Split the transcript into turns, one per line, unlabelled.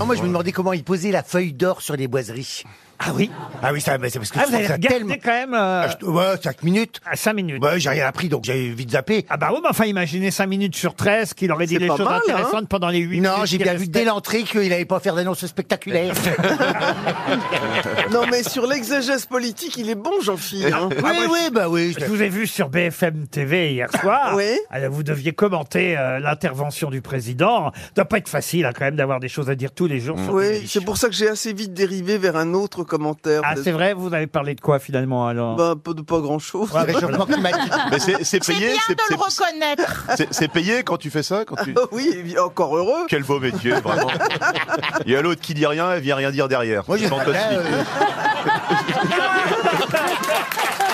Ah, moi je me demandais comment ils posaient la feuille d'or sur les boiseries.
Ah oui
Ah oui, ça, mais c'est parce que
Ah,
je
vous avez
trouve ça
regardé
tellement-
quand même euh,
Ah, je- Ouais, 5 minutes.
à 5 minutes.
Bah, j'ai rien appris, donc j'ai vite zappé.
Ah bah oui, mais enfin, imaginez 5 minutes sur 13 qu'il aurait dit
C'est
les
pas
choses
mal, hein
intéressantes pendant les 8 minutes.
Non, j'ai
qui
bien vu
restaient.
dès l'entrée qu'il n'allait pas faire d'annonce spectaculaire.
Non, mais sur l'exégèse politique, il est bon, Jean-Philippe. hein.
oui, oui, bah oui.
Je vous ai vu sur BFM TV hier soir.
Oui.
Alors, vous deviez commenter euh, l'intervention du président. Ça doit pas être facile hein, quand même d'avoir des choses à dire tous les jours. sur
Oui,
télévision.
c'est pour ça que j'ai assez vite dérivé vers un autre commentaire.
Ah, c'est vrai, vous avez parlé de quoi finalement alors
Bah, pas de pas grand-chose.
Le réchauffement climatique.
Mais c'est c'est
C'est
payé,
bien
c'est-
de le
c'est-
reconnaître.
c'est- c'est payé quand tu fais ça quand tu...
Ah oui, et bien, encore heureux.
Quel beau métier, vraiment. Il y a l'autre qui dit
euh,
rien, elle vient rien dire derrière.
Moi, j'ai
C'est fantastique.
pas- là, euh,